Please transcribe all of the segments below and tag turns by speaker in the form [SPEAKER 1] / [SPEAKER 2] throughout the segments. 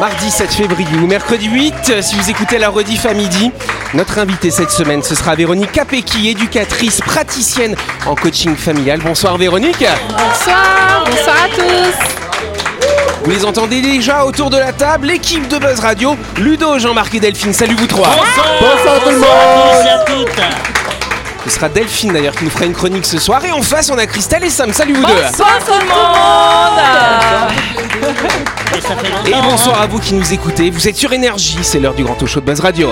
[SPEAKER 1] Mardi 7 février ou mercredi 8, si vous écoutez la rediff à midi, notre invitée cette semaine, ce sera Véronique Capéqui, éducatrice, praticienne en coaching familial. Bonsoir Véronique
[SPEAKER 2] Bonsoir, bonsoir à tous.
[SPEAKER 1] Vous les entendez déjà autour de la table, l'équipe de Buzz Radio, Ludo, Jean-Marc et Delphine. Salut vous trois
[SPEAKER 3] Bonsoir tout le monde
[SPEAKER 4] à toutes Ah,
[SPEAKER 1] Ce sera Delphine d'ailleurs qui nous fera une chronique ce soir. Et en face, on a Christelle et Sam. Salut vous deux
[SPEAKER 2] Bonsoir tout le monde.
[SPEAKER 4] Et ça fait
[SPEAKER 1] Et
[SPEAKER 4] longtemps,
[SPEAKER 1] bonsoir à vous qui nous écoutez. Vous êtes sur Énergie, c'est l'heure du grand talk show de Buzz Radio.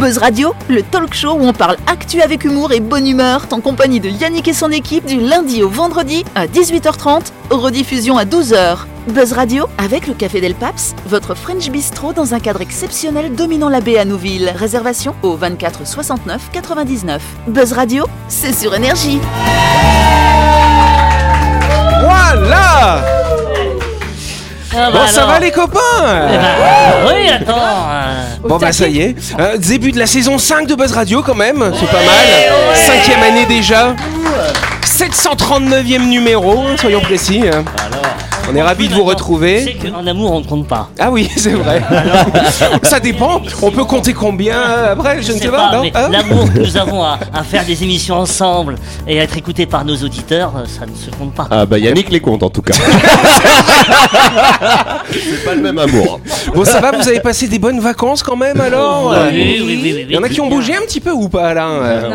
[SPEAKER 5] Buzz Radio, le talk show où on parle actu avec humour et bonne humeur, en compagnie de Yannick et son équipe du lundi au vendredi à 18h30, rediffusion à 12h. Buzz Radio avec le Café Del Paps, votre French Bistro dans un cadre exceptionnel dominant la baie à Nouville. Réservation au 24 69 99. Buzz Radio, c'est sur énergie.
[SPEAKER 1] Voilà
[SPEAKER 4] Ah,
[SPEAKER 1] Bon,
[SPEAKER 4] bah
[SPEAKER 1] ça
[SPEAKER 4] alors.
[SPEAKER 1] va les
[SPEAKER 4] Eh
[SPEAKER 1] copains
[SPEAKER 4] bah, Oui, attends euh,
[SPEAKER 1] Bon bah ça y est, Euh, début de la saison 5 de Buzz Radio quand même, c'est pas
[SPEAKER 2] Eh
[SPEAKER 1] mal. Cinquième année déjà. 739e numéro, hein, soyons précis. hein. On est ravis de vous
[SPEAKER 4] Maintenant,
[SPEAKER 1] retrouver.
[SPEAKER 4] Tu sais qu'en amour, on ne compte pas.
[SPEAKER 1] Ah oui, c'est vrai. Ça dépend. On peut compter combien euh, après, je ne sais pas. non
[SPEAKER 4] mais
[SPEAKER 1] Hein
[SPEAKER 4] l'amour que nous avons à, à faire des émissions ensemble et à être écouté par nos auditeurs, euh, ça ne se compte pas.
[SPEAKER 3] Ah bah Yannick les compte en tout cas. C'est pas le même amour.
[SPEAKER 1] Bon, ça va, vous avez passé des bonnes vacances quand même alors euh
[SPEAKER 4] oui, oui, oui, oui,
[SPEAKER 1] Il y en a qui ont bougé hein. un petit peu ou pas là euh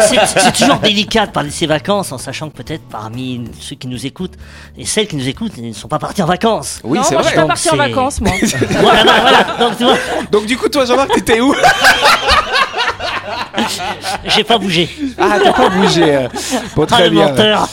[SPEAKER 4] C'est c'est toujours délicat de parler de ses vacances en sachant que peut-être parmi ceux qui nous écoutent et celles qui nous écoutent ils ne sont pas partis en vacances.
[SPEAKER 1] Oui,
[SPEAKER 2] non,
[SPEAKER 1] c'est
[SPEAKER 2] moi je
[SPEAKER 1] vrai.
[SPEAKER 2] suis pas partie en
[SPEAKER 4] C'est-
[SPEAKER 2] vacances, moi.
[SPEAKER 4] voilà, voilà, voilà. Donc tu vois,
[SPEAKER 1] Donc du coup, toi Jean-Marc, t'étais où
[SPEAKER 4] j'ai pas bougé.
[SPEAKER 1] Ah, t'as pas bougé. Bon,
[SPEAKER 4] Ah
[SPEAKER 1] très
[SPEAKER 4] le
[SPEAKER 1] bien.
[SPEAKER 4] menteur.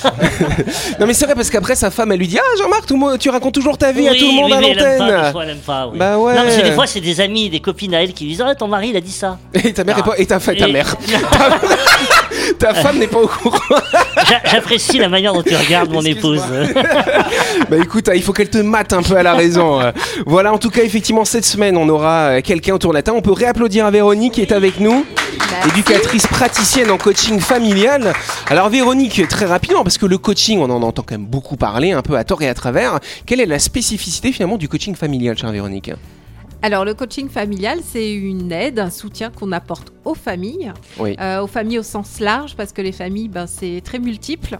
[SPEAKER 1] Non mais c'est vrai parce qu'après sa femme elle lui dit ah Jean-Marc tout le monde- tu racontes toujours ta vie à tout le monde
[SPEAKER 4] oui,
[SPEAKER 1] à
[SPEAKER 4] mais elle aime pas, des
[SPEAKER 1] l'antenne.
[SPEAKER 4] fois, elle aime pas, oui.
[SPEAKER 1] Bah ouais.
[SPEAKER 4] Non, mais c'est des fois, c'est des amis, des copines à elle qui lui disent Ah, ton mari, il a dit ça.
[SPEAKER 1] Et ta mère
[SPEAKER 4] Ah.
[SPEAKER 1] est pas et ta, fa- ta
[SPEAKER 4] Et-
[SPEAKER 1] mère. Ta, ta femme n'est pas au courant.
[SPEAKER 4] J'a- J'apprécie la manière dont tu regardes mon épouse.
[SPEAKER 1] Bah écoute, hein, il faut qu'elle te mate un peu à la raison. euh. Voilà, en tout cas, effectivement, cette semaine, on aura euh, quelqu'un autour de la table. On peut réapplaudir Véronique qui est avec nous, éducatrice praticienne en coaching familial. Alors Véronique, très rapidement, parce que le coaching, on en entend quand même beaucoup parler, un peu à tort et à travers. Quelle est la spécificité finalement du coaching familial, chère Véronique
[SPEAKER 2] Alors, le coaching familial, c'est une aide, un soutien qu'on apporte aux familles,
[SPEAKER 1] Oui.
[SPEAKER 2] Euh, aux familles au sens large, parce que les familles, ben, c'est très multiple.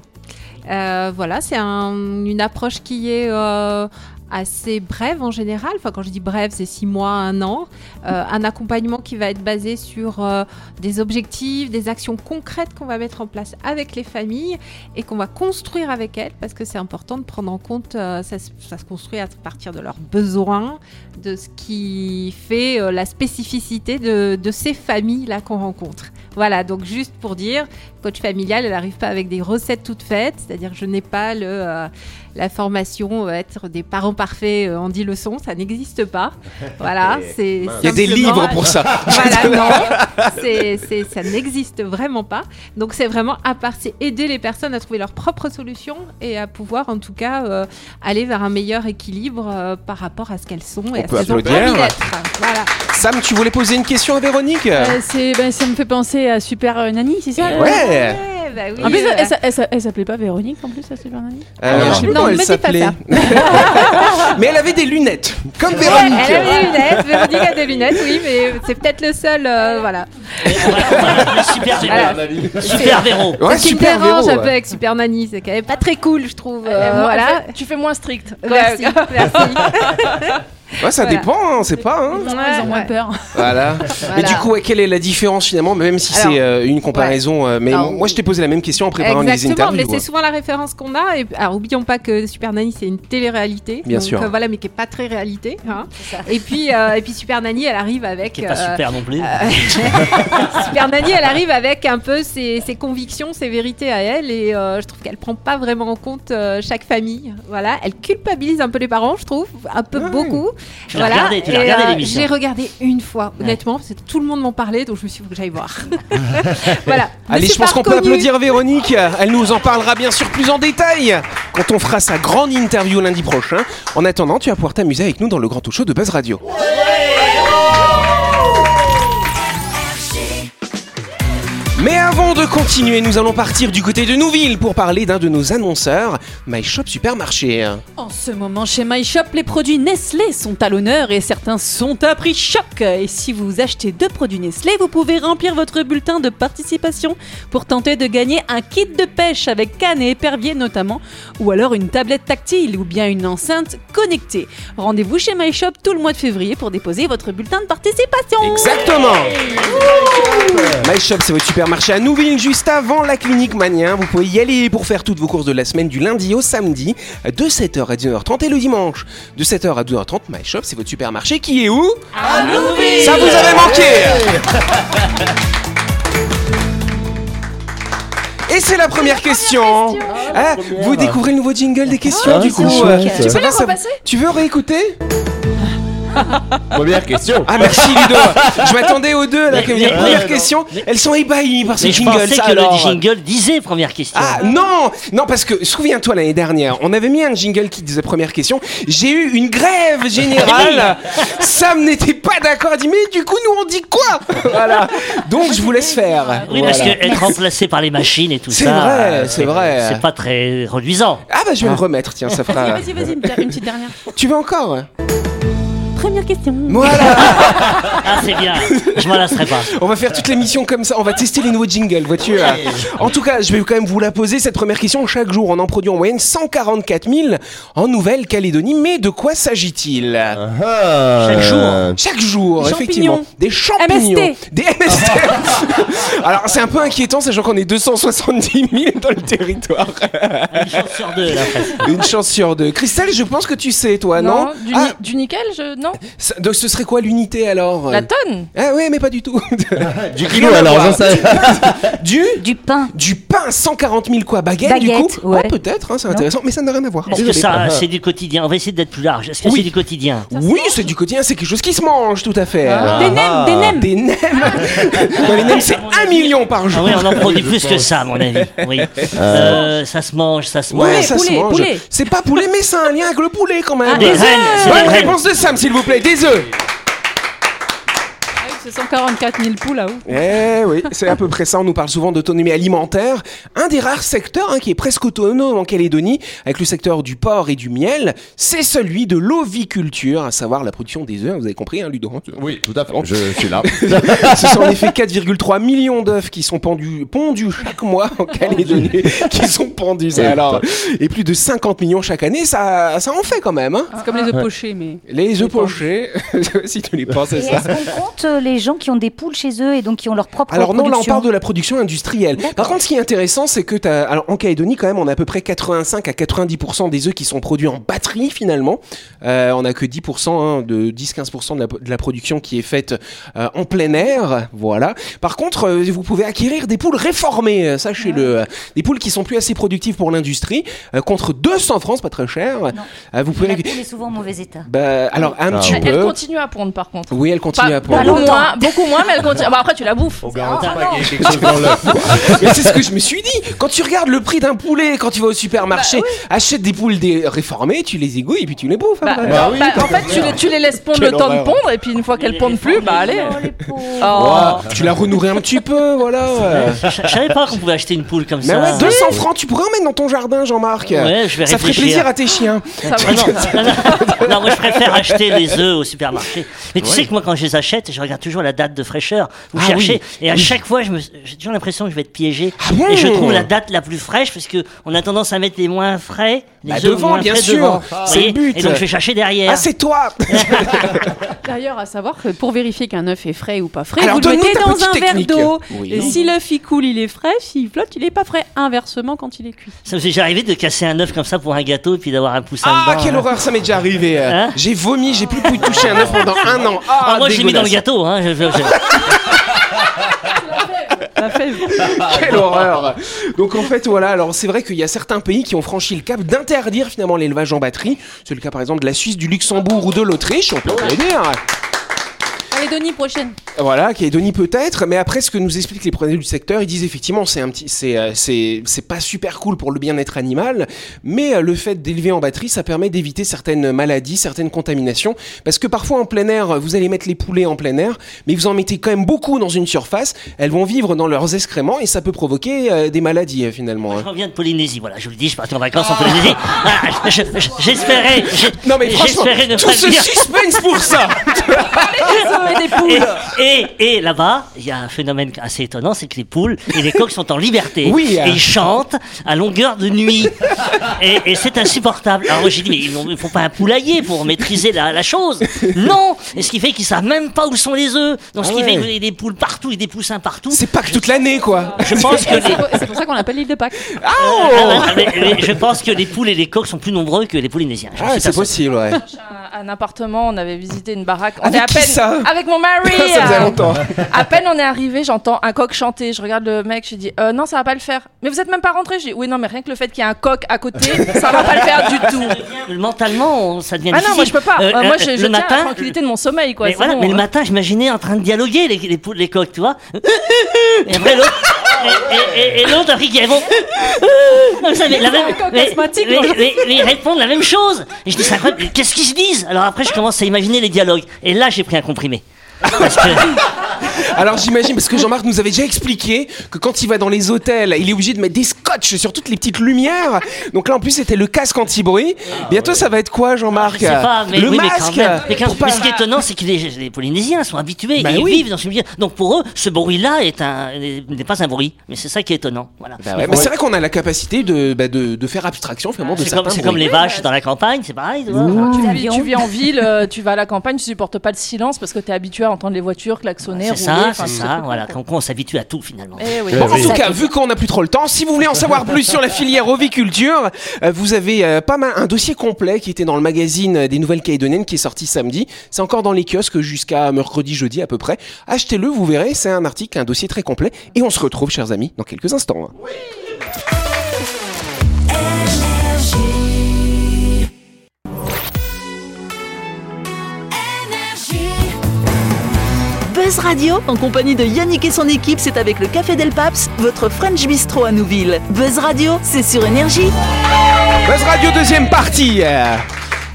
[SPEAKER 2] Euh, voilà, c'est un- une approche qui est euh, assez brève en général. Enfin, quand je dis brève, c'est six mois, un an. Euh, un accompagnement qui va être basé sur euh, des objectifs, des actions concrètes qu'on va mettre en place avec les familles et qu'on va construire avec elles, parce que c'est important de prendre en compte, euh, ça, se- ça se construit à partir de leurs besoins, de ce qui fait euh, la spécificité de, de ces familles-là qu'on rencontre. Voilà, donc juste pour dire, coach familial, elle n'arrive pas avec des recettes toutes faites, c'est-à-dire que je n'ai pas le, euh, la formation euh, être des parents parfaits euh, en 10 leçons, ça n'existe pas. Voilà, c'est.
[SPEAKER 1] Il y a des
[SPEAKER 2] simplement-
[SPEAKER 1] livres pour ça.
[SPEAKER 2] voilà, non, c'est- c'est- ça n'existe vraiment pas. Donc c'est vraiment à part, c'est aider les personnes à trouver leurs propres solutions et à pouvoir en tout cas euh, aller vers un meilleur équilibre euh, par rapport à ce qu'elles sont et
[SPEAKER 1] On
[SPEAKER 2] à
[SPEAKER 1] peut
[SPEAKER 2] ce qu'elles ont envie
[SPEAKER 1] applaudir.
[SPEAKER 2] d'être. Voilà.
[SPEAKER 1] Sam, tu voulais poser une question à Véronique
[SPEAKER 6] Euh, c'est- ben, ça me fait penser à Super euh, Nanny, c'est ça là
[SPEAKER 1] Ouais.
[SPEAKER 2] Ouais, bah oui.
[SPEAKER 6] En plus,
[SPEAKER 2] Euh,
[SPEAKER 6] elle, s'a- elle s'a- elle s'appelait pas Véronique en plus, à Super Nanny
[SPEAKER 1] Euh,
[SPEAKER 2] non,
[SPEAKER 1] je sais plus
[SPEAKER 2] Ah, non,
[SPEAKER 1] comment
[SPEAKER 2] ne
[SPEAKER 1] elle
[SPEAKER 2] me dis
[SPEAKER 1] s'appelait.
[SPEAKER 2] pas
[SPEAKER 1] Mais elle avait des lunettes, comme Véronique.
[SPEAKER 2] elle a des lunettes, Véronique a des lunettes, oui, mais c'est peut-être le seul, euh, voilà.
[SPEAKER 4] Et on va- on va l'appeler super,
[SPEAKER 2] Voilà.
[SPEAKER 4] Véro. super Véro.
[SPEAKER 1] Ouais,
[SPEAKER 2] Ce qui me
[SPEAKER 1] super
[SPEAKER 2] dérange
[SPEAKER 1] Véro,
[SPEAKER 2] un peu avec Super Nanny, c'est quand même pas très cool, je trouve. euh,
[SPEAKER 6] Euh, en
[SPEAKER 2] voilà.
[SPEAKER 6] fait, tu fais moins strict.
[SPEAKER 2] Merci. Merci.
[SPEAKER 1] Ouais, ça
[SPEAKER 2] Voilà.
[SPEAKER 1] dépend, hein, c'est pas. hein.
[SPEAKER 6] Ils ont- Ils ont moins
[SPEAKER 2] Ouais.
[SPEAKER 6] peur.
[SPEAKER 1] Voilà. Mais
[SPEAKER 2] Voilà.
[SPEAKER 1] du coup, ouais, quelle est la différence finalement, même si
[SPEAKER 2] Alors,
[SPEAKER 1] c'est euh, une comparaison euh, Mais
[SPEAKER 2] Alors,
[SPEAKER 1] moi, je t'ai posé la même question en préparant les
[SPEAKER 2] Exactement,
[SPEAKER 1] interviews.
[SPEAKER 2] mais c'est
[SPEAKER 1] ouais.
[SPEAKER 2] souvent la référence qu'on a. Et, alors, oublions pas que Super Nanny, c'est une télé-réalité.
[SPEAKER 1] Bien
[SPEAKER 2] donc,
[SPEAKER 1] sûr.
[SPEAKER 2] euh, voilà, mais qui est pas très réalité. hein. Et, puis, euh, et puis, Super Nanny, elle arrive avec.
[SPEAKER 4] Qui est pas
[SPEAKER 2] euh,
[SPEAKER 4] super non plus.
[SPEAKER 2] Super Nanny, elle arrive avec un peu ses, ses convictions, ses vérités à elle. Et euh, je trouve qu'elle prend pas vraiment en compte euh, chaque famille. Voilà, elle culpabilise un peu les parents, je trouve, un peu
[SPEAKER 1] Ouais.
[SPEAKER 2] beaucoup.
[SPEAKER 4] Tu l'as regardé, tu l'as
[SPEAKER 2] et,
[SPEAKER 4] regardé
[SPEAKER 2] euh,
[SPEAKER 4] l'émission.
[SPEAKER 2] J'ai regardé une fois,
[SPEAKER 4] Ouais.
[SPEAKER 2] honnêtement, parce que tout le monde m'en parlait, donc je me suis dit faut que j'aille voir. voilà. Mais
[SPEAKER 1] Allez,
[SPEAKER 2] c'est
[SPEAKER 1] je pense
[SPEAKER 2] pas
[SPEAKER 1] qu'on peut
[SPEAKER 2] reconnu.
[SPEAKER 1] applaudir Véronique. Elle nous en parlera bien sûr plus en détail quand on fera sa grande interview lundi prochain. En attendant, tu vas pouvoir t'amuser avec nous dans le grand talk show de Buzz Radio. Mais avant de continuer, nous allons partir du côté de Nouville pour parler d'un de nos annonceurs, My Shop Supermarché.
[SPEAKER 6] En ce moment, chez MyShop, les produits Nestlé sont à l'honneur et certains sont à prix choc. Et si vous achetez deux produits Nestlé, vous pouvez remplir votre bulletin de participation pour tenter de gagner un kit de pêche avec canne et épervier notamment, ou alors une tablette tactile ou bien une enceinte connectée. Rendez-vous chez MyShop tout le mois de février pour déposer votre bulletin de participation.
[SPEAKER 1] Exactement My Shop, c'est votre supermarché à Nouville, juste avant la clinique Manien. Vous pouvez y aller pour faire toutes vos courses de la semaine du lundi au samedi, de 7h à 19h30 et le dimanche. De 7h à 12h30, My Shop, c'est votre supermarché qui est où
[SPEAKER 2] À Nouville
[SPEAKER 1] Ça vous avait manqué Et c'est la première question. Ah, vous découvrez le nouveau jingle des questions
[SPEAKER 3] Ah,
[SPEAKER 1] du
[SPEAKER 3] c'est
[SPEAKER 1] coup.
[SPEAKER 3] chouette, ça.
[SPEAKER 1] veux
[SPEAKER 3] Tu peux
[SPEAKER 1] pas savoir- Tu veux réécouter
[SPEAKER 3] Première question.
[SPEAKER 1] Ah merci Ludo. Je m'attendais aux deux à la
[SPEAKER 4] Mais- mais-
[SPEAKER 1] première
[SPEAKER 4] mais-
[SPEAKER 1] question. Elles sont ébahies par ce
[SPEAKER 4] Mais je
[SPEAKER 1] jingle.
[SPEAKER 4] pensais
[SPEAKER 1] ça,
[SPEAKER 4] que le
[SPEAKER 1] alors.
[SPEAKER 4] jingle disait première question.
[SPEAKER 1] Ah non Non parce que souviens-toi l'année dernière, on avait mis un jingle qui disait première question. J'ai eu une grève
[SPEAKER 4] Ah
[SPEAKER 1] générale. Sam n'était pas d'accord, il dit mais du coup nous on dit quoi Voilà. Donc je vous laisse faire.
[SPEAKER 4] oui, parce
[SPEAKER 1] Voilà.
[SPEAKER 4] que être remplacé par les machines et tout
[SPEAKER 1] C'est
[SPEAKER 4] ça,
[SPEAKER 1] vrai,
[SPEAKER 4] euh,
[SPEAKER 1] c'est vrai.
[SPEAKER 4] c'est pas très reluisant.
[SPEAKER 1] Ah bah je vais me remettre, tiens ça fera.
[SPEAKER 6] Vas-y, vas-y, une petite- une petite dernière.
[SPEAKER 1] Tu veux encore
[SPEAKER 6] Première question.
[SPEAKER 1] Voilà.
[SPEAKER 4] Ah, c'est bien. Je m'en lasserai pas.
[SPEAKER 1] On va faire toute l'émission comme ça. On va tester les nouveaux jingles, vois-tu. euh. En tout cas, je vais quand même vous la poser cette première question. Chaque jour, on en produit en moyenne 144 000 en Nouvelle-Calédonie. Mais de quoi s'agit-il
[SPEAKER 3] Ah, Chaque
[SPEAKER 4] jour.
[SPEAKER 1] Chaque jour,
[SPEAKER 6] Des
[SPEAKER 1] effectivement,
[SPEAKER 6] champignons.
[SPEAKER 1] des champignons,
[SPEAKER 6] MST.
[SPEAKER 1] des MST. Alors c'est un peu inquiétant, sachant qu'on est 270 000 dans le territoire.
[SPEAKER 4] Une chance sur deux, là, presque.
[SPEAKER 1] Une chance sur deux. Christelle, je pense que tu sais, toi, non,
[SPEAKER 7] du, ni-
[SPEAKER 1] Ah,
[SPEAKER 7] du nickel, je... non.
[SPEAKER 1] ça- donc ce serait quoi l'unité alors
[SPEAKER 7] La tonne.
[SPEAKER 1] Ah ouais, mais pas du tout.
[SPEAKER 3] Du
[SPEAKER 1] Rien
[SPEAKER 3] kilo
[SPEAKER 1] à
[SPEAKER 3] alors,
[SPEAKER 1] voir.
[SPEAKER 3] j'en sais.
[SPEAKER 1] du
[SPEAKER 8] Du pain.
[SPEAKER 1] du pain 140 000 quoi baguette, du
[SPEAKER 8] Baguette,
[SPEAKER 1] coup
[SPEAKER 8] ouais.
[SPEAKER 1] Ah, peut-être hein, c'est intéressant mais ça n'a rien à voir
[SPEAKER 4] Est-ce que ça, c'est du quotidien On va essayer d'être plus large. Est-ce que
[SPEAKER 1] Oui.
[SPEAKER 4] c'est du quotidien
[SPEAKER 1] oui c'est du quotidien c'est quelque chose qui se mange tout à fait
[SPEAKER 2] Ah.
[SPEAKER 6] Des nems, des nems.
[SPEAKER 1] Ah. des nems Non, les nems c'est
[SPEAKER 4] À mon
[SPEAKER 1] 1
[SPEAKER 4] avis-
[SPEAKER 1] million par
[SPEAKER 4] Ah
[SPEAKER 1] jour
[SPEAKER 4] oui, on en produit plus que ça, à mon avis. Oui. Euh, ça se mange, ça se mange.
[SPEAKER 1] Ouais, ça se
[SPEAKER 6] poulet,
[SPEAKER 1] mange.
[SPEAKER 6] poulet.
[SPEAKER 1] C'est pas poulet, mais c'est un lien avec le poulet quand même.
[SPEAKER 4] Des reines, c'est des
[SPEAKER 1] Bonne
[SPEAKER 4] reines.
[SPEAKER 1] réponse de Sam, s'il vous plaît. Des œufs.
[SPEAKER 6] C'est 144 000 poules là-haut.
[SPEAKER 1] Eh oui, c'est à peu près ça. On nous parle souvent d'autonomie alimentaire. Un des rares secteurs hein, qui est presque autonome en Calédonie, avec le secteur du porc et du miel, c'est celui de l'oviculture, à savoir la production des œufs. Vous avez compris, hein, Ludo hein, tu-
[SPEAKER 3] Oui, tout à fait. Je suis là.
[SPEAKER 1] Ce sont en effet 4,3 millions d'œufs qui sont pendus, pondus chaque mois en Calédonie, qui sont pendus. ça,
[SPEAKER 3] Ouais,
[SPEAKER 1] alors, et plus de 50 millions chaque année, ça, ça en fait quand même. Hein.
[SPEAKER 6] C'est comme les œufs pochés, mais.
[SPEAKER 1] Les œufs pochés, si tu les penses,
[SPEAKER 8] Et
[SPEAKER 1] c'est ça.
[SPEAKER 8] est-ce qu'on compte euh, les gens qui ont des poules chez eux et donc qui ont leur propre
[SPEAKER 1] Alors non, là on
[SPEAKER 8] production
[SPEAKER 1] parle de la production industrielle. Par contre, ce qui est intéressant, c'est que t'as, alors en Calédonie quand même, on a à peu près 85 à 90% des œufs qui sont produits en batterie finalement. Euh, on a que 10% hein, de 10-15% de la, de la production qui est faite euh, en plein air. Voilà. Par contre, euh, vous pouvez acquérir des poules réformées, euh,
[SPEAKER 7] Ah.
[SPEAKER 1] sachez-le. Euh, Des poules qui sont plus assez productives pour l'industrie, euh, contre 200 francs, c'est pas très cher. Euh, vous
[SPEAKER 8] La
[SPEAKER 1] pouvez.
[SPEAKER 8] poule est souvent en mauvais état.
[SPEAKER 1] Bah, alors un
[SPEAKER 3] Ah,
[SPEAKER 1] petit
[SPEAKER 3] ouais.
[SPEAKER 7] Elle
[SPEAKER 1] peu.
[SPEAKER 7] continue à pondre par contre.
[SPEAKER 1] Oui, elle continue
[SPEAKER 7] Pas-
[SPEAKER 1] à Oh,
[SPEAKER 7] beaucoup,
[SPEAKER 1] prendre.
[SPEAKER 7] moins, beaucoup moins, mais elle continue. Bah, après, tu la bouffes.
[SPEAKER 3] On garantit pas qu'il y ait quelque chose dans l'œuf.
[SPEAKER 1] Mais c'est ce que je me suis dit. Quand tu regardes le prix d'un poulet, quand tu vas au supermarché, achète des poules des réformées, tu les égouilles et puis tu les bouffes. hein,
[SPEAKER 7] Bah,
[SPEAKER 1] après.
[SPEAKER 3] Bah
[SPEAKER 7] non,
[SPEAKER 3] oui,
[SPEAKER 7] bah,
[SPEAKER 3] t'as
[SPEAKER 7] en fait, tu les, tu les laisses pondre
[SPEAKER 1] Quelle
[SPEAKER 7] le temps
[SPEAKER 1] horreur.
[SPEAKER 7] de pondre, et puis une fois qu'elles pondent plus, bah allez.
[SPEAKER 8] Oh, les pauvres.
[SPEAKER 7] Oh.
[SPEAKER 1] Tu la renourris un petit peu, voilà.
[SPEAKER 4] Je je savais pas qu'on pouvait acheter une poule comme
[SPEAKER 1] Mais
[SPEAKER 4] ça.
[SPEAKER 1] ouais, 200 francs, tu pourrais en mettre dans ton jardin, Jean-Marc.
[SPEAKER 4] Ouais, je vais
[SPEAKER 1] Ça ferait
[SPEAKER 4] réfléchir.
[SPEAKER 1] plaisir à tes chiens.
[SPEAKER 7] Ça
[SPEAKER 4] Ah
[SPEAKER 7] va.
[SPEAKER 4] non, non, non. Non, moi je préfère acheter les œufs au supermarché. Mais tu sais que moi quand je les achète, je regarde toujours la date de fraîcheur. Vous
[SPEAKER 1] Ah
[SPEAKER 4] cherchez.
[SPEAKER 1] oui,
[SPEAKER 4] Et à
[SPEAKER 1] oui.
[SPEAKER 4] chaque fois, je me- j'ai toujours l'impression que je vais être piégé.
[SPEAKER 1] Ah bon
[SPEAKER 4] et je trouve la date la plus fraîche parce que on a tendance à mettre les moins frais, les
[SPEAKER 1] Bah,
[SPEAKER 4] œufs
[SPEAKER 1] devant,
[SPEAKER 4] moins
[SPEAKER 1] bien
[SPEAKER 4] frais
[SPEAKER 1] sûr. Ah,
[SPEAKER 4] devant.
[SPEAKER 1] C'est
[SPEAKER 4] Vous voyez
[SPEAKER 1] le but.
[SPEAKER 4] Et donc je vais chercher derrière.
[SPEAKER 1] Ah, c'est toi
[SPEAKER 6] D'ailleurs, à savoir que pour vérifier qu'un œuf est frais ou pas frais,
[SPEAKER 1] Alors,
[SPEAKER 6] vous le
[SPEAKER 1] donne-nous
[SPEAKER 6] mettez
[SPEAKER 1] ta
[SPEAKER 6] dans
[SPEAKER 1] petite
[SPEAKER 6] un verre
[SPEAKER 1] technique.
[SPEAKER 6] d'eau.
[SPEAKER 1] Oui.
[SPEAKER 6] Et si l'œuf il coule, il est frais. S'il flotte, il est pas frais. Inversement, quand il est cuit.
[SPEAKER 4] Ça me fait déjà arrivé de casser un œuf comme ça pour un gâteau et puis d'avoir un poussin
[SPEAKER 1] Ah,
[SPEAKER 4] dedans.
[SPEAKER 1] quelle
[SPEAKER 4] hein.
[SPEAKER 1] horreur, ça m'est déjà arrivé.
[SPEAKER 4] Hein
[SPEAKER 1] J'ai vomi, j'ai plus pu toucher un œuf pendant un an.
[SPEAKER 4] Ah,
[SPEAKER 1] Ah,
[SPEAKER 4] moi je l'ai mis dans le gâteau. Hein. Je- je- je-
[SPEAKER 6] La fève.
[SPEAKER 1] Quelle horreur Donc en fait voilà, alors c'est vrai qu'il y a certains pays qui ont franchi le cap d'interdire finalement l'élevage en batterie. C'est le cas par exemple de la Suisse, du Luxembourg ou de l'Autriche, on peut le dire.
[SPEAKER 6] Calédonie prochaine.
[SPEAKER 1] Voilà, Calédonie peut-être, mais après ce que nous expliquent les professionnels du secteur, ils disent effectivement c'est un petit, c'est euh, c'est c'est pas super cool pour le bien-être animal, mais euh, le fait d'élever en batterie, ça permet d'éviter certaines maladies, certaines contaminations, parce que parfois en plein air, vous allez mettre les poulets en plein air, mais vous en mettez quand même beaucoup dans une surface, elles vont vivre dans leurs excréments et ça peut provoquer euh, des maladies euh, finalement. hein.
[SPEAKER 4] Je reviens de Polynésie, voilà, je vous le dis, je suis parti en vacances en Polynésie. Ah, je- je- J'espérais. je-
[SPEAKER 1] Non mais franchement,
[SPEAKER 4] j'espérais ne
[SPEAKER 1] tout
[SPEAKER 4] pas
[SPEAKER 1] ce
[SPEAKER 4] le dire.
[SPEAKER 1] suspense pour ça.
[SPEAKER 4] Et, et, et là-bas, il y a un phénomène assez étonnant, c'est que les poules et les coqs sont en liberté.
[SPEAKER 1] Oui, euh.
[SPEAKER 4] Et ils chantent à longueur de nuit. et et c'est insupportable. Alors moi, j'ai dit, mais ils ne font pas un poulailler pour maîtriser la, la chose. Non Et ce qui fait qu'ils savent même pas où sont les œufs. Donc ce
[SPEAKER 1] Ah
[SPEAKER 4] qui fait
[SPEAKER 1] ouais.
[SPEAKER 4] qu'il y a des poules partout et des poussins partout.
[SPEAKER 1] C'est pas que toute l'année quoi. Oh
[SPEAKER 4] Je pense que les,
[SPEAKER 6] C'est pour ça qu'on l'appelle l'île de Pâques.
[SPEAKER 4] Ah ouais, ah, mais- mais je pense que les poules et les coqs sont plus nombreux que les Polynésiens. J'en
[SPEAKER 1] Ah
[SPEAKER 4] suis
[SPEAKER 1] c'est
[SPEAKER 4] persuadé.
[SPEAKER 1] possible ouais.
[SPEAKER 7] Un, un appartement, on avait visité une baraque. On
[SPEAKER 1] Avec
[SPEAKER 7] est à
[SPEAKER 1] qui
[SPEAKER 7] peine
[SPEAKER 1] ça
[SPEAKER 7] avec mon mari.
[SPEAKER 1] ça faisait
[SPEAKER 7] euh,
[SPEAKER 1] longtemps.
[SPEAKER 7] À peine on est arrivé, j'entends un coq chanter. Je regarde le mec, je dis euh, non, ça va pas le faire. Mais vous êtes même pas rentré. Je dis oui, non, mais rien que le fait qu'il y ait un coq à côté, ça va pas le faire du tout.
[SPEAKER 4] Mentalement, on- ça devient
[SPEAKER 7] Ah
[SPEAKER 4] difficile.
[SPEAKER 7] non, moi je peux pas.
[SPEAKER 4] Euh,
[SPEAKER 7] Euh, moi
[SPEAKER 4] euh,
[SPEAKER 7] je, je
[SPEAKER 4] le
[SPEAKER 7] tiens à la
[SPEAKER 4] matin,
[SPEAKER 7] tranquillité de mon sommeil, quoi.
[SPEAKER 4] mais
[SPEAKER 7] c'est
[SPEAKER 4] voilà,
[SPEAKER 7] bon,
[SPEAKER 4] mais le
[SPEAKER 7] hein.
[SPEAKER 4] matin, j'imaginais en train de dialoguer les, les poules, les coqs, tu vois. Et après l'autre. et- Et, et- et l'autre après qui vont. Vous savez, la même. Mais, mais- mais- mais ils répondent la même chose. Et je dis, c'est incroyable, mais qu'est-ce qu'ils se disent Alors après, je commence à imaginer les dialogues. Et là, j'ai pris un comprimé. Parce que.
[SPEAKER 1] Alors j'imagine, parce que Jean-Marc nous avait déjà expliqué que quand il va dans les hôtels, il est obligé de mettre des scotch sur toutes les petites lumières. Donc là en plus c'était le casque anti-bruit. Bientôt ça va être quoi Jean-Marc
[SPEAKER 4] Ah, Je sais pas, mais
[SPEAKER 1] Le
[SPEAKER 4] oui, mais quand
[SPEAKER 1] masque
[SPEAKER 4] même. Mais quand-
[SPEAKER 1] pour pas-
[SPEAKER 4] mais ce qui est étonnant, c'est que les, les Polynésiens sont habitués,
[SPEAKER 1] Bah
[SPEAKER 4] et ils
[SPEAKER 1] oui.
[SPEAKER 4] vivent dans ce milieu. Donc pour eux, ce bruit-là est un- n'est pas un bruit. Mais c'est ça qui est étonnant. Voilà.
[SPEAKER 1] Bah ouais, mais c'est vrai qu'on a la capacité de, bah, de, de faire abstraction finalement de
[SPEAKER 4] Ah, C'est comme,
[SPEAKER 1] certains
[SPEAKER 4] c'est comme
[SPEAKER 1] bruits.
[SPEAKER 4] les vaches dans la campagne, c'est pareil. tu vois. Mmh.
[SPEAKER 7] Tu
[SPEAKER 8] Ouh.
[SPEAKER 7] vis, tu vis en ville, euh, tu vas à la campagne, tu supportes pas le silence parce que t'es habitué à entendre les voitures klaxonner,
[SPEAKER 4] C'est
[SPEAKER 7] rouler.
[SPEAKER 4] ça,
[SPEAKER 7] enfin,
[SPEAKER 4] c'est
[SPEAKER 7] ce
[SPEAKER 4] ça.
[SPEAKER 7] truc.
[SPEAKER 4] Voilà, quand on s'habitue à tout finalement.
[SPEAKER 7] Eh oui.
[SPEAKER 3] Bah
[SPEAKER 1] Bon, en tout cas, vu qu'on n'a plus trop le temps, si vous voulez en savoir plus sur la filière oviculture, euh, vous avez euh, pas mal un dossier complet qui était dans le magazine euh, des Nouvelles Calédoniennes qui est sorti samedi. C'est encore dans les kiosques jusqu'à mercredi, jeudi à peu près. Achetez-le, vous verrez, c'est un article, un dossier très complet. Et on se retrouve, chers amis, dans quelques instants. hein.
[SPEAKER 5] Buzz Radio, en compagnie de Yannick et son équipe, c'est avec le Café Del Paps, votre French Bistro à Nouville. Buzz Radio, c'est sur Énergie.
[SPEAKER 1] Buzz Radio, deuxième partie euh,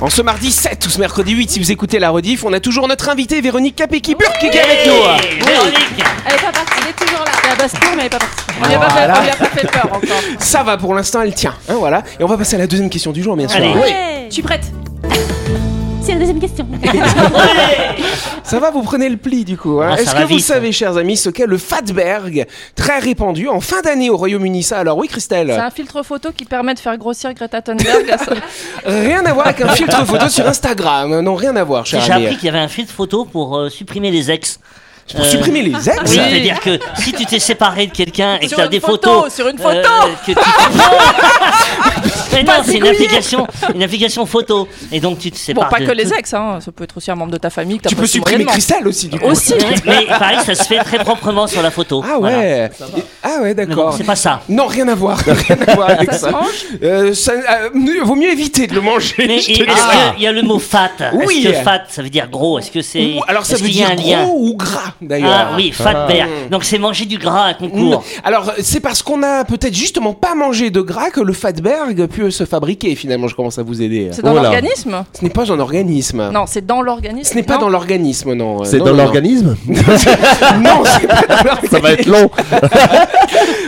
[SPEAKER 1] En ce mardi 7 ou ce mercredi 8, si vous écoutez la rediff, on a toujours notre invitée Véronique Capeki Burke qui est avec nous. hein.
[SPEAKER 4] Hey, hein. Véronique
[SPEAKER 6] Elle est pas partie, elle est toujours là. Elle est à Bastia, mais elle est pas partie.
[SPEAKER 7] On lui a pas fait- on lui a pas fait peur encore.
[SPEAKER 1] Ça va pour l'instant, elle tient. hein, voilà. Et on va passer à la deuxième question du jour, bien sûr.
[SPEAKER 4] Allez.
[SPEAKER 6] Je suis prête.
[SPEAKER 8] C'est la deuxième question.
[SPEAKER 1] Ça va, vous prenez le pli du coup. hein.
[SPEAKER 4] Ah, ça
[SPEAKER 1] Est-ce
[SPEAKER 4] va
[SPEAKER 1] que vous
[SPEAKER 4] vite.
[SPEAKER 1] savez, chers amis, ce qu'est le fatberg, très répandu en fin d'année au Royaume-Uni Ça, alors oui, Christelle
[SPEAKER 7] C'est un filtre photo qui permet de faire grossir Greta Thunberg.
[SPEAKER 1] Rien à voir avec un filtre photo sur Instagram. Non, rien à voir,
[SPEAKER 4] J'ai
[SPEAKER 1] chers
[SPEAKER 4] appris
[SPEAKER 1] amis.
[SPEAKER 4] qu'il y avait un filtre photo pour euh, supprimer les ex.
[SPEAKER 1] Pour
[SPEAKER 4] Euh,
[SPEAKER 1] supprimer les ex
[SPEAKER 4] Oui, c'est-à-dire que si tu t'es séparé de quelqu'un et que
[SPEAKER 7] Sur
[SPEAKER 4] t'as
[SPEAKER 7] une
[SPEAKER 4] des
[SPEAKER 7] photo,
[SPEAKER 4] photos.
[SPEAKER 7] sur une
[SPEAKER 4] euh,
[SPEAKER 7] photo.
[SPEAKER 4] que tu- Mais non, c'est une application, une application photo. Et donc tu te
[SPEAKER 7] bon,
[SPEAKER 4] sépares.
[SPEAKER 7] pas
[SPEAKER 4] de
[SPEAKER 7] que les
[SPEAKER 4] tout.
[SPEAKER 7] ex, hein. ça peut être aussi un membre de ta famille. Que t'as
[SPEAKER 1] Tu
[SPEAKER 7] pas
[SPEAKER 1] peux
[SPEAKER 7] su
[SPEAKER 1] supprimer Oh
[SPEAKER 7] moyennement.
[SPEAKER 1] Christelle aussi du coup.
[SPEAKER 7] Aussi.
[SPEAKER 4] Mais pareil, ça se fait très proprement sur la photo.
[SPEAKER 1] Ah
[SPEAKER 4] Voilà.
[SPEAKER 1] ouais Ah ouais,
[SPEAKER 4] Mais bon,
[SPEAKER 1] d'accord.
[SPEAKER 4] c'est pas ça.
[SPEAKER 1] Non, rien à voir. Rien à voir avec ça. Euh, ça, euh, mieux- vaut mieux éviter de le manger.
[SPEAKER 4] Mais ah,
[SPEAKER 1] je
[SPEAKER 4] est-ce
[SPEAKER 1] te dirais.
[SPEAKER 4] qu'il y a le mot fat
[SPEAKER 1] Oui.
[SPEAKER 4] Est-ce que fat, ça veut dire gros Est-ce que c'est.
[SPEAKER 1] Ou- Alors ça
[SPEAKER 4] est-ce
[SPEAKER 1] veut
[SPEAKER 4] qu'il y a
[SPEAKER 1] dire
[SPEAKER 4] un lien
[SPEAKER 1] gros ou gras d'ailleurs.
[SPEAKER 4] Ah oui, fat bear. Donc c'est manger du gras à concours.
[SPEAKER 1] Mm. Alors c'est parce qu'on a peut-être justement pas mangé de gras que le fatberg peut se fabriquer finalement. Je commence à vous aider.
[SPEAKER 7] C'est dans
[SPEAKER 3] Voilà.
[SPEAKER 7] l'organisme
[SPEAKER 1] Ce n'est pas un organisme.
[SPEAKER 7] Non, c'est dans l'organisme.
[SPEAKER 1] Ce n'est pas
[SPEAKER 7] non
[SPEAKER 1] dans l'organisme, non. Euh,
[SPEAKER 3] C'est
[SPEAKER 1] non,
[SPEAKER 3] dans
[SPEAKER 1] non, non.
[SPEAKER 3] l'organisme
[SPEAKER 1] Non, c'est pas dans l'organisme.
[SPEAKER 3] Ça va être long.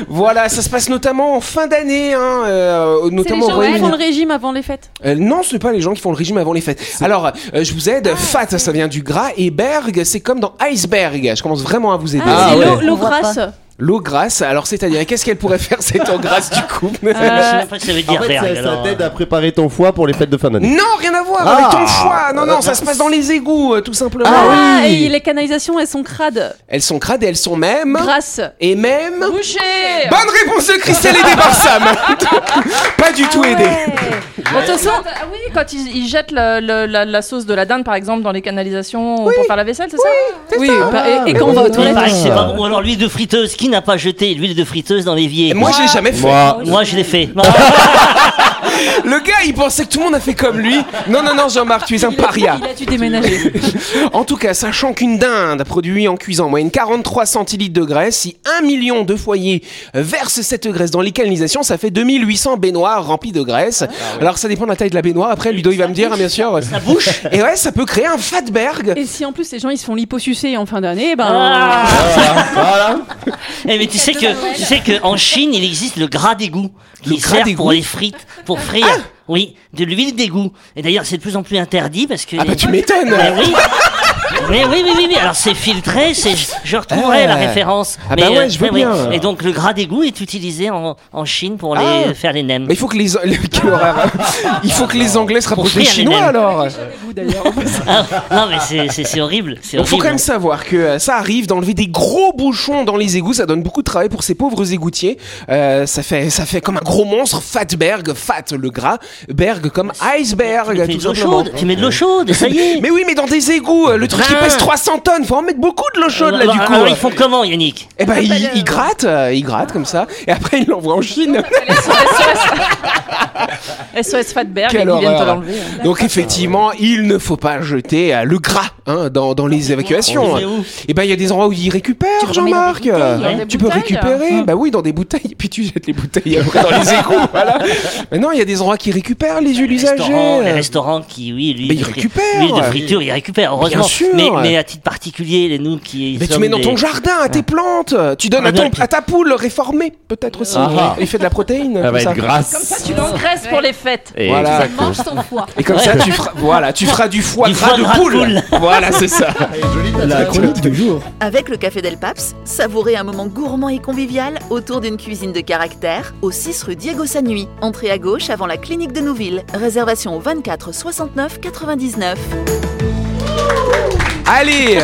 [SPEAKER 1] Voilà, ça se passe notamment en fin d'année, hein, euh,
[SPEAKER 6] C'est les
[SPEAKER 1] notamment au
[SPEAKER 6] gens qui font
[SPEAKER 1] Royaume-Uni.
[SPEAKER 6] le régime Ah, avant les fêtes.
[SPEAKER 1] Euh, non, ce n'est pas les gens qui font le régime avant les fêtes. Alors, euh, je vous aide. Fat, ça vient du gras, et berg, c'est comme dans iceberg. Je commence vraiment à vous aider.
[SPEAKER 6] Ah,
[SPEAKER 3] Ah
[SPEAKER 6] c'est
[SPEAKER 3] ouais.
[SPEAKER 6] l'eau- l'eau
[SPEAKER 8] On voit
[SPEAKER 6] grasse.
[SPEAKER 1] L'eau grasse, alors c'est-à-dire, qu'est-ce qu'elle pourrait faire cette eau grasse du coup
[SPEAKER 4] Je
[SPEAKER 6] Euh,
[SPEAKER 4] sais même pas ce que ça veut
[SPEAKER 3] En
[SPEAKER 4] dire
[SPEAKER 3] fait,
[SPEAKER 4] bear,
[SPEAKER 3] ça- ça
[SPEAKER 4] alors. euh,
[SPEAKER 3] t'aide à préparer ton foie pour les fêtes de fin d'année.
[SPEAKER 1] Non, rien à voir
[SPEAKER 3] Ah.
[SPEAKER 1] avec ton choix. Non, non, ça se passe dans les égouts, euh, tout simplement.
[SPEAKER 6] Ah, et les canalisations, elles sont crades.
[SPEAKER 1] Elles sont crades et elles sont même.
[SPEAKER 6] Grasses.
[SPEAKER 1] Et même.
[SPEAKER 7] Boucher
[SPEAKER 1] Bonne réponse de Christelle et des Barsam. Pas du tout aidé.
[SPEAKER 7] De toute façon, ah oui, quand ils, ils jettent le- le- la, la sauce de la dinde, par exemple, dans les canalisations pour faire la vaisselle, c'est
[SPEAKER 6] Oui, bah, et- et,
[SPEAKER 3] mais
[SPEAKER 6] quand on va
[SPEAKER 3] Ah, oui.
[SPEAKER 6] aux
[SPEAKER 3] Ah.
[SPEAKER 4] Il
[SPEAKER 6] toilettes.
[SPEAKER 4] paraît que c'est
[SPEAKER 1] Ah.
[SPEAKER 4] pas- Ou alors l'huile de friteuse. Qui n'a pas jeté l'huile de friteuse dans l'évier
[SPEAKER 1] Et moi, j'ai jamais fait.
[SPEAKER 3] Moi,
[SPEAKER 4] Moi, je l'ai fait. Non,
[SPEAKER 1] Le gars, il pensait que tout le monde a fait comme lui. Non, non, non, Jean-Marc, tu es un paria.
[SPEAKER 6] Il a dû déménager.
[SPEAKER 1] En tout cas, sachant qu'une dinde produit en cuisant en moyenne 43 centilitres de graisse, si un million de foyers versent cette graisse dans les canalisations, ça fait 2800 baignoires remplies de graisse. Alors ça dépend de la taille de la baignoire. Après, Ludo, il va me dire, hein, bien sûr.
[SPEAKER 4] Ah, Ça bouche.
[SPEAKER 1] Et ouais, ça peut créer un fatberg.
[SPEAKER 6] Et si en plus les gens ils se font liposucer en fin d'année, ben.
[SPEAKER 4] Ah.
[SPEAKER 3] Voilà, voilà.
[SPEAKER 4] Eh, mais tu sais que tu sais que en Chine il existe le gras d'égout
[SPEAKER 1] Le
[SPEAKER 4] qui
[SPEAKER 1] gras
[SPEAKER 4] sert
[SPEAKER 1] d'égout Ah.
[SPEAKER 4] pour les frites pour frire. oui, de l'huile d'égout. Et d'ailleurs c'est de plus en plus interdit parce que.
[SPEAKER 1] Ah bah tu m'étonnes.
[SPEAKER 4] Bah oui. Mais oui, oui, oui, oui. Alors c'est filtré, c'est je, je retrouverai
[SPEAKER 1] Ah.
[SPEAKER 4] la référence. euh,
[SPEAKER 1] Ah bah ouais, je veux
[SPEAKER 4] oui,
[SPEAKER 1] bien.
[SPEAKER 4] oui. Et donc le gras d'égout est utilisé en, en Chine pour les,
[SPEAKER 1] Ah.
[SPEAKER 4] faire les nems.
[SPEAKER 1] Mais il faut que les, les- quel horaire. il faut que les Anglais se rapprochent des
[SPEAKER 4] frire les
[SPEAKER 1] Chinois
[SPEAKER 4] nems.
[SPEAKER 1] alors.
[SPEAKER 4] Ah, non mais c'est- c'est c'est horrible, c'est
[SPEAKER 1] Il faut
[SPEAKER 4] horrible. hein.
[SPEAKER 1] quand même savoir que euh, ça arrive d'enlever des gros bouchons dans les égouts, ça donne beaucoup de travail pour ces pauvres égoutiers. Euh, ça fait ça fait comme un gros monstre, Fatberg, fat le gras, berg comme
[SPEAKER 4] Tu mets
[SPEAKER 1] iceberg, tout
[SPEAKER 4] de l'eau
[SPEAKER 1] simplement.
[SPEAKER 4] chaude, tu mets de l'eau chaude, ça y est.
[SPEAKER 1] Mais oui, mais dans des égouts, euh, le truc qui
[SPEAKER 4] Ah.
[SPEAKER 1] pèse 300 tonnes, faut en mettre beaucoup de l'eau chaude là
[SPEAKER 4] Alors,
[SPEAKER 1] du coup. hein.
[SPEAKER 4] alors, ils font comment, Yannick
[SPEAKER 1] Eh ben il, il gratte, euh, il gratte comme ça, et après il l'envoie en
[SPEAKER 4] Ah,
[SPEAKER 1] Chine.
[SPEAKER 7] SOS Fatberg,
[SPEAKER 1] Quelle
[SPEAKER 7] ils viennent te
[SPEAKER 1] horreur.
[SPEAKER 7] l'enlever.
[SPEAKER 4] hein.
[SPEAKER 1] Donc effectivement, il ne faut pas jeter euh, le gras hein, dans, dans les évacuations.
[SPEAKER 4] C'est où
[SPEAKER 1] Eh ben il y a des endroits où ils récupèrent, Jean-Marc.
[SPEAKER 7] dans des
[SPEAKER 1] Tu peux
[SPEAKER 7] bouteilles.
[SPEAKER 4] Hum.
[SPEAKER 1] récupérer, bah oui, dans des bouteilles. Et puis tu jettes les bouteilles après dans les égouts, voilà. Mais non, il y a des endroits qui récupèrent les huiles
[SPEAKER 4] les restaurants, les
[SPEAKER 1] usagées.
[SPEAKER 4] restaurants qui, oui, lui,
[SPEAKER 1] euh. Mais ils
[SPEAKER 4] fri-
[SPEAKER 1] récupèrent.
[SPEAKER 4] l'huile de friture, ils récupèrent, heureusement.
[SPEAKER 1] Bien sûr.
[SPEAKER 4] Mais, mais à titre particulier, les nous qui.
[SPEAKER 1] Mais tu
[SPEAKER 4] sommes
[SPEAKER 1] mets dans
[SPEAKER 4] des-
[SPEAKER 1] ton jardin, à tes plantes. Tu donnes à,
[SPEAKER 4] Ah,
[SPEAKER 1] ton-
[SPEAKER 4] bien, puis-
[SPEAKER 1] à ta poule réformée, peut-être aussi.
[SPEAKER 3] Ah.
[SPEAKER 1] Il fait de la protéine.
[SPEAKER 3] Elle
[SPEAKER 1] comme
[SPEAKER 3] va
[SPEAKER 1] ça.
[SPEAKER 3] être grasse.
[SPEAKER 7] Tu l'engraisses pour les fêtes.
[SPEAKER 3] Et
[SPEAKER 1] Voilà.
[SPEAKER 3] exact.
[SPEAKER 2] Mange ton foie.
[SPEAKER 1] Et comme ça, tu feras, voilà, tu feras du foie
[SPEAKER 4] Du
[SPEAKER 1] gras
[SPEAKER 4] foie
[SPEAKER 1] de
[SPEAKER 4] gras de
[SPEAKER 1] poule.
[SPEAKER 4] poule.
[SPEAKER 1] Voilà, c'est ça.
[SPEAKER 3] La chronique du jour.
[SPEAKER 5] Avec le café Del Paps, savourez un moment gourmand et convivial autour d'une cuisine de caractère au 6 rue Diego Sanui. Entrée à gauche avant la clinique de Nouville. Réservation au 24 69 99.
[SPEAKER 1] Allez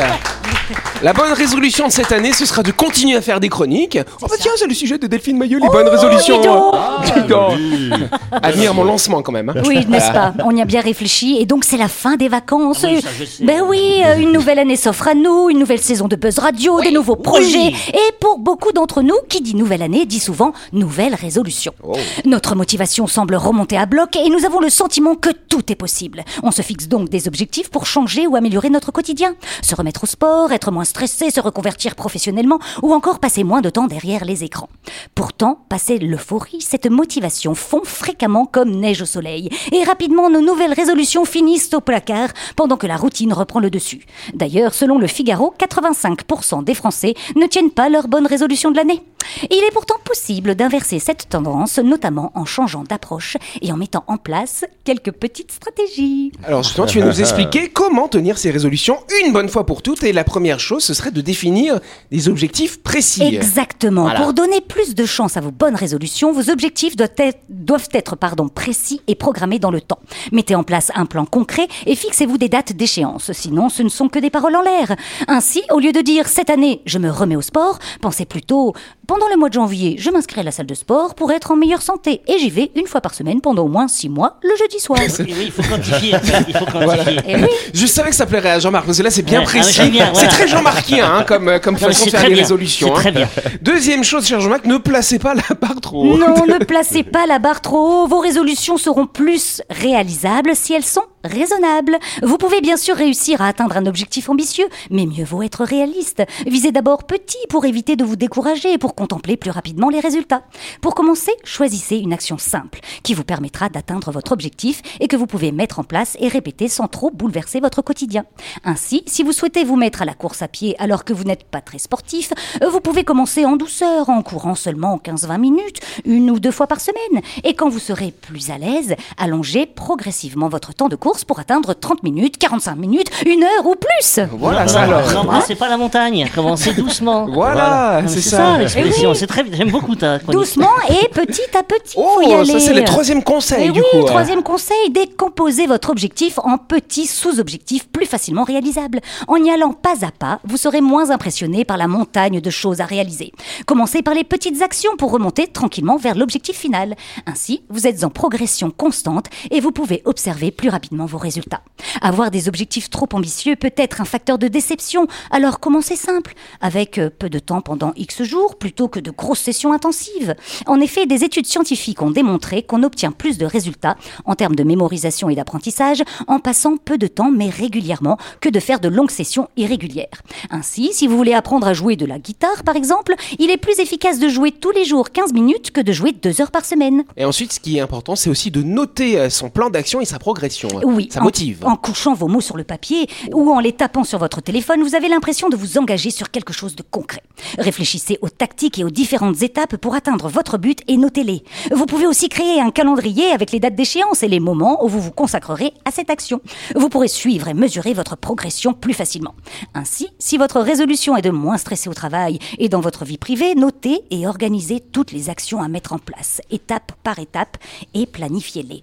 [SPEAKER 1] la bonne résolution de cette année, ce sera de continuer à faire des chroniques. Oh bah tiens, c'est le sujet de Delphine Maillot,
[SPEAKER 4] Oh,
[SPEAKER 1] les bonnes résolutions.
[SPEAKER 3] Ah,
[SPEAKER 1] Dis
[SPEAKER 3] bah
[SPEAKER 1] donc. Admire mon lancement quand même. hein.
[SPEAKER 8] Oui, n'est-ce pas On y a bien réfléchi et donc c'est la fin des vacances.
[SPEAKER 4] Ah oui, ça, je sais.
[SPEAKER 8] Ben oui, euh, une nouvelle année s'offre à nous, une nouvelle saison de Buzz Radio, des nouveaux projets et pour beaucoup d'entre nous, qui dit nouvelle année dit souvent nouvelle résolution.
[SPEAKER 4] Oh.
[SPEAKER 8] Notre motivation semble remonter à bloc et nous avons le sentiment que tout est possible. On se fixe donc des objectifs pour changer ou améliorer notre quotidien, se remettre au sport, être moins stressé, se reconvertir professionnellement ou encore passer moins de temps derrière les écrans. Pourtant, passé l'euphorie, cette motivation fond fréquemment comme neige au soleil et rapidement nos nouvelles résolutions finissent au placard pendant que la routine reprend le dessus. D'ailleurs, selon le Figaro, 85% des Français ne tiennent pas leurs bonnes résolutions de l'année. Il est pourtant possible d'inverser cette tendance, notamment en changeant d'approche et en mettant en place quelques petites stratégies.
[SPEAKER 1] Alors justement, tu vas nous expliquer comment tenir ces résolutions une bonne fois pour toutes. Et la première chose, ce serait de définir des objectifs précis.
[SPEAKER 8] Exactement.
[SPEAKER 1] Voilà.
[SPEAKER 8] Pour donner plus de chance à vos bonnes résolutions, vos objectifs doivent être, doivent être pardon, précis et programmés dans le temps. Mettez en place un plan concret et fixez-vous des dates d'échéance. Sinon, ce ne sont que des paroles en l'air. Ainsi, au lieu de dire cette année, je me remets au sport, pensez plutôt pendant le mois de janvier, je m'inscris à la salle de sport pour être en meilleure santé et j'y vais une fois par semaine pendant au moins six mois le jeudi soir.
[SPEAKER 4] Oui, oui, il faut quantifier. Il faut quantifier.
[SPEAKER 8] Eh oui.
[SPEAKER 1] Je savais que ça plairait à Jean-Marc, parce que là c'est bien
[SPEAKER 4] Ouais, ah,
[SPEAKER 1] précis.
[SPEAKER 4] j'aime bien,
[SPEAKER 1] C'est
[SPEAKER 4] voilà.
[SPEAKER 1] très Jean-Marquien hein, comme, comme
[SPEAKER 4] Non, mais
[SPEAKER 1] façon de
[SPEAKER 4] c'est
[SPEAKER 1] faire
[SPEAKER 4] très
[SPEAKER 1] les
[SPEAKER 4] bien.
[SPEAKER 1] résolutions.
[SPEAKER 4] C'est
[SPEAKER 1] hein.
[SPEAKER 4] très bien.
[SPEAKER 1] Deuxième chose, cher Jean-Marc, ne placez pas la barre trop haut.
[SPEAKER 8] Non, ne placez pas la barre trop haut. Vos résolutions seront plus réalisables si elles sont raisonnables. Vous pouvez bien sûr réussir à atteindre un objectif ambitieux, mais mieux vaut être réaliste. Visez d'abord petit pour éviter de vous décourager et pour contempler plus rapidement les résultats. Pour commencer, choisissez une action simple qui vous permettra d'atteindre votre objectif et que vous pouvez mettre en place et répéter sans trop bouleverser votre quotidien. Ainsi, si vous souhaitez vous mettre à la course à pied alors que vous n'êtes pas très sportif, euh, vous pouvez commencer en douceur, en courant seulement 15-20 minutes, une ou deux fois par semaine. Et quand vous serez plus à l'aise, allongez progressivement votre temps de course pour atteindre 30 minutes, 45 minutes, une heure ou plus.
[SPEAKER 1] Voilà ça alors.
[SPEAKER 4] N'embrassez pas la montagne, commencez doucement.
[SPEAKER 1] Voilà,
[SPEAKER 4] Ah, mais
[SPEAKER 1] c'est
[SPEAKER 4] ça,
[SPEAKER 1] ça. Eh
[SPEAKER 4] l'expression. C'est très bien. J'aime beaucoup ta chronique.
[SPEAKER 8] Doucement et petit à petit.
[SPEAKER 1] Oh,
[SPEAKER 8] faut y
[SPEAKER 1] ça
[SPEAKER 8] aller.
[SPEAKER 1] c'est le troisième conseil
[SPEAKER 8] Mais
[SPEAKER 1] du
[SPEAKER 8] oui,
[SPEAKER 1] coup. euh.
[SPEAKER 8] troisième conseil, décomposez votre objectif en petits sous-objectifs plus facilement réalisables. En y allant pas à pas, vous serez moins impressionné par la montagne de choses à réaliser. Commencez par les petites actions pour remonter tranquillement vers l'objectif final. Ainsi, vous êtes en progression constante et vous pouvez observer plus rapidement rapidement vos résultats. Avoir des objectifs trop ambitieux peut être un facteur de déception, alors commencez simple, avec euh, peu de temps pendant X jours plutôt que de grosses sessions intensives. En effet, des études scientifiques ont démontré qu'on obtient plus de résultats en termes de mémorisation et d'apprentissage en passant peu de temps mais régulièrement que de faire de longues sessions irrégulières. Ainsi, si vous voulez apprendre à jouer de la guitare par exemple, il est plus efficace de jouer tous les jours 15 minutes que de jouer 2 heures par semaine.
[SPEAKER 1] Et ensuite, ce qui est important, c'est aussi de noter euh, son plan d'action et sa progression.
[SPEAKER 8] Oui,
[SPEAKER 1] Ça
[SPEAKER 8] en-
[SPEAKER 1] motive.
[SPEAKER 8] En couchant vos mots sur le papier ou en les tapant sur votre téléphone, vous avez l'impression de vous engager sur quelque chose de concret. Réfléchissez aux tactiques et aux différentes étapes pour atteindre votre but et notez-les. Vous pouvez aussi créer un calendrier avec les dates d'échéance et les moments où vous vous consacrerez à cette action. Vous pourrez suivre et mesurer votre progression plus facilement. Ainsi, si votre résolution est de moins stresser au travail et dans votre vie privée, notez et organisez toutes les actions à mettre en place, étape par étape, et planifiez-les.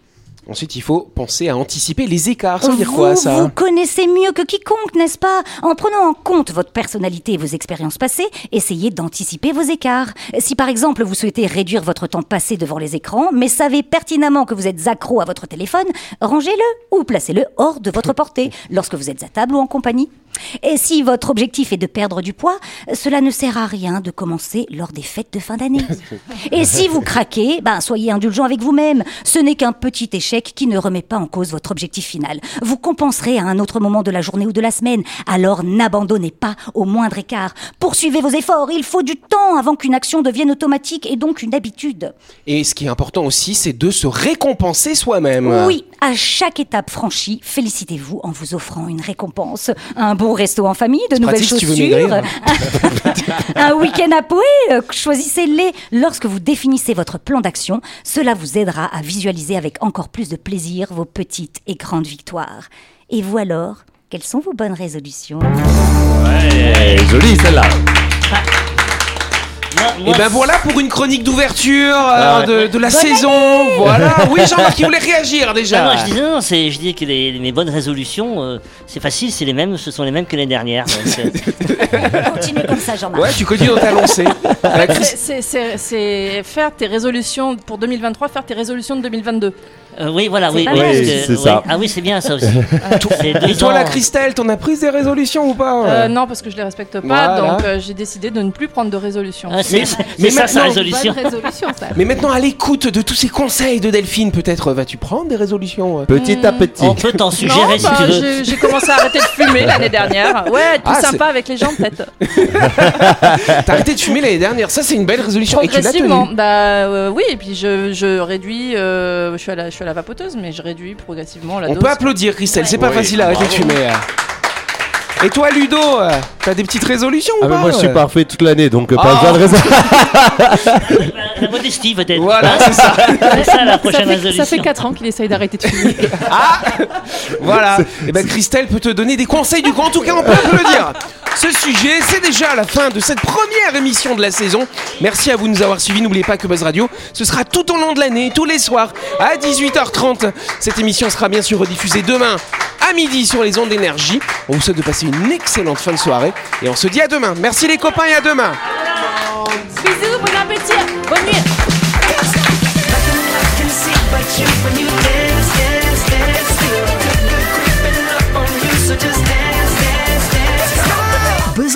[SPEAKER 1] Ensuite, il faut penser à anticiper les écarts. Ça veut dire
[SPEAKER 8] Vous,
[SPEAKER 1] quoi, ça
[SPEAKER 8] Vous connaissez mieux que quiconque, n'est-ce pas En prenant en compte votre personnalité et vos expériences passées, essayez d'anticiper vos écarts. Si par exemple vous souhaitez réduire votre temps passé devant les écrans, mais savez pertinemment que vous êtes accro à votre téléphone, rangez-le ou placez-le hors de votre portée lorsque vous êtes à table ou en compagnie. Et si votre objectif est de perdre du poids, cela ne sert à rien de commencer lors des fêtes de fin d'année. Et si vous craquez, ben, soyez indulgent avec vous-même. Ce n'est qu'un petit échec qui ne remet pas en cause votre objectif final. Vous compenserez à un autre moment de la journée ou de la semaine. Alors n'abandonnez pas au moindre écart. Poursuivez vos efforts. Il faut du temps avant qu'une action devienne automatique et donc une habitude.
[SPEAKER 1] Et ce qui est important aussi, c'est de se récompenser soi-même.
[SPEAKER 8] Oui, à chaque étape franchie, félicitez-vous en vous offrant une récompense. Un bon resto en famille, de nouvelles
[SPEAKER 1] pratique si tu veux
[SPEAKER 8] chaussures,
[SPEAKER 1] maigrir. hein.
[SPEAKER 7] Ah
[SPEAKER 8] un week-end à Poé, euh, choisissez-les. Lorsque vous définissez votre plan d'action, cela vous aidera à visualiser avec encore plus de plaisir vos petites et grandes victoires. Et vous alors, quelles sont vos bonnes résolutions
[SPEAKER 3] Elle est jolie celle-là.
[SPEAKER 4] Moi-
[SPEAKER 1] Et
[SPEAKER 4] moi,
[SPEAKER 1] ben voilà pour une chronique d'ouverture euh,
[SPEAKER 4] Ah
[SPEAKER 3] ouais.
[SPEAKER 1] de, de la saison. Voilà. Oui, Jean-Marc, il voulait réagir
[SPEAKER 4] Ah
[SPEAKER 1] déjà.
[SPEAKER 4] non, je dis non, c'est- je dis que les, les- mes bonnes résolutions, euh, c'est facile, c'est les mêmes, ce sont les mêmes que l'année dernière. donc, euh,
[SPEAKER 8] Continuez comme ça, Jean-Marc.
[SPEAKER 1] Ouais, tu connais dans ta lancée. Euh, Chris-
[SPEAKER 7] C'est- c'est- C'est c'est faire tes résolutions pour 2023, faire tes résolutions de 2022.
[SPEAKER 4] euh, oui, voilà, oui,
[SPEAKER 8] pas
[SPEAKER 4] oui,
[SPEAKER 8] mal.
[SPEAKER 4] parce
[SPEAKER 3] Oui,
[SPEAKER 4] que-
[SPEAKER 3] c'est
[SPEAKER 4] oui.
[SPEAKER 3] ça.
[SPEAKER 4] Ah oui, c'est bien ça aussi. C'est deux
[SPEAKER 1] Et toi,
[SPEAKER 4] ans.
[SPEAKER 1] la Christelle, t'en as prise des résolutions ou pas
[SPEAKER 7] Euh, non, parce que je les respecte pas,
[SPEAKER 1] Voilà.
[SPEAKER 7] donc euh, j'ai décidé de ne plus prendre de résolutions.
[SPEAKER 4] Ah, c'est- c'est-
[SPEAKER 1] mais
[SPEAKER 4] c'est ça, sa
[SPEAKER 1] maintenant,
[SPEAKER 2] Bonne
[SPEAKER 4] résolution.
[SPEAKER 2] résolution, ça.
[SPEAKER 1] Mais maintenant, à l'écoute de tous ces conseils de Delphine, peut-être euh, vas-tu prendre des résolutions euh
[SPEAKER 3] Petit à petit.
[SPEAKER 4] On peut t'en
[SPEAKER 7] Non,
[SPEAKER 4] suggérer si
[SPEAKER 7] bah,
[SPEAKER 4] tu veux.
[SPEAKER 7] j'ai j'ai commencé à arrêter de fumer l'année dernière. Ouais, être plus
[SPEAKER 1] Ah, c'est-
[SPEAKER 7] sympa avec les gens peut-être.
[SPEAKER 1] T'as arrêté de fumer l'année dernière, ça c'est une belle résolution. Et tu l'as tenue.
[SPEAKER 7] Progressivement, bah euh, oui, et puis je, je réduis, euh, je, suis à la, je suis à la vapoteuse, mais je réduis progressivement la
[SPEAKER 1] On
[SPEAKER 7] dose.
[SPEAKER 1] peut applaudir Christelle, c'est pas
[SPEAKER 3] Oui,
[SPEAKER 1] facile à arrêter de fumer. euh. Et toi Ludo, euh, t'as des petites résolutions ou
[SPEAKER 3] Ah
[SPEAKER 1] pas
[SPEAKER 3] mais moi je
[SPEAKER 1] euh
[SPEAKER 3] suis parfait toute l'année donc euh, pas
[SPEAKER 1] Oh.
[SPEAKER 3] besoin de raison.
[SPEAKER 4] La modestie peut-être.
[SPEAKER 1] Voilà, c'est ça.
[SPEAKER 4] C'est ça la
[SPEAKER 2] Ça
[SPEAKER 4] prochaine
[SPEAKER 2] fait,
[SPEAKER 4] résolution.
[SPEAKER 2] ça fait 4 ans qu'il essaye d'arrêter de fumer.
[SPEAKER 1] Voilà. Et ben Christelle peut te donner des conseils du coup. En tout cas, on peut applaudir. Ce sujet, c'est déjà la fin de cette première émission de la saison. Merci à vous de nous avoir suivis. N'oubliez pas que Buzz Radio, ce sera tout au long de l'année, tous les soirs, à 18h30. Cette émission sera bien sûr rediffusée demain à midi sur les ondes d'énergie. On vous souhaite de passer une excellente fin de soirée et on se dit à demain. Merci les copains et à demain.
[SPEAKER 7] Bisous, bon appétit, bonne nuit.
[SPEAKER 5] Buzz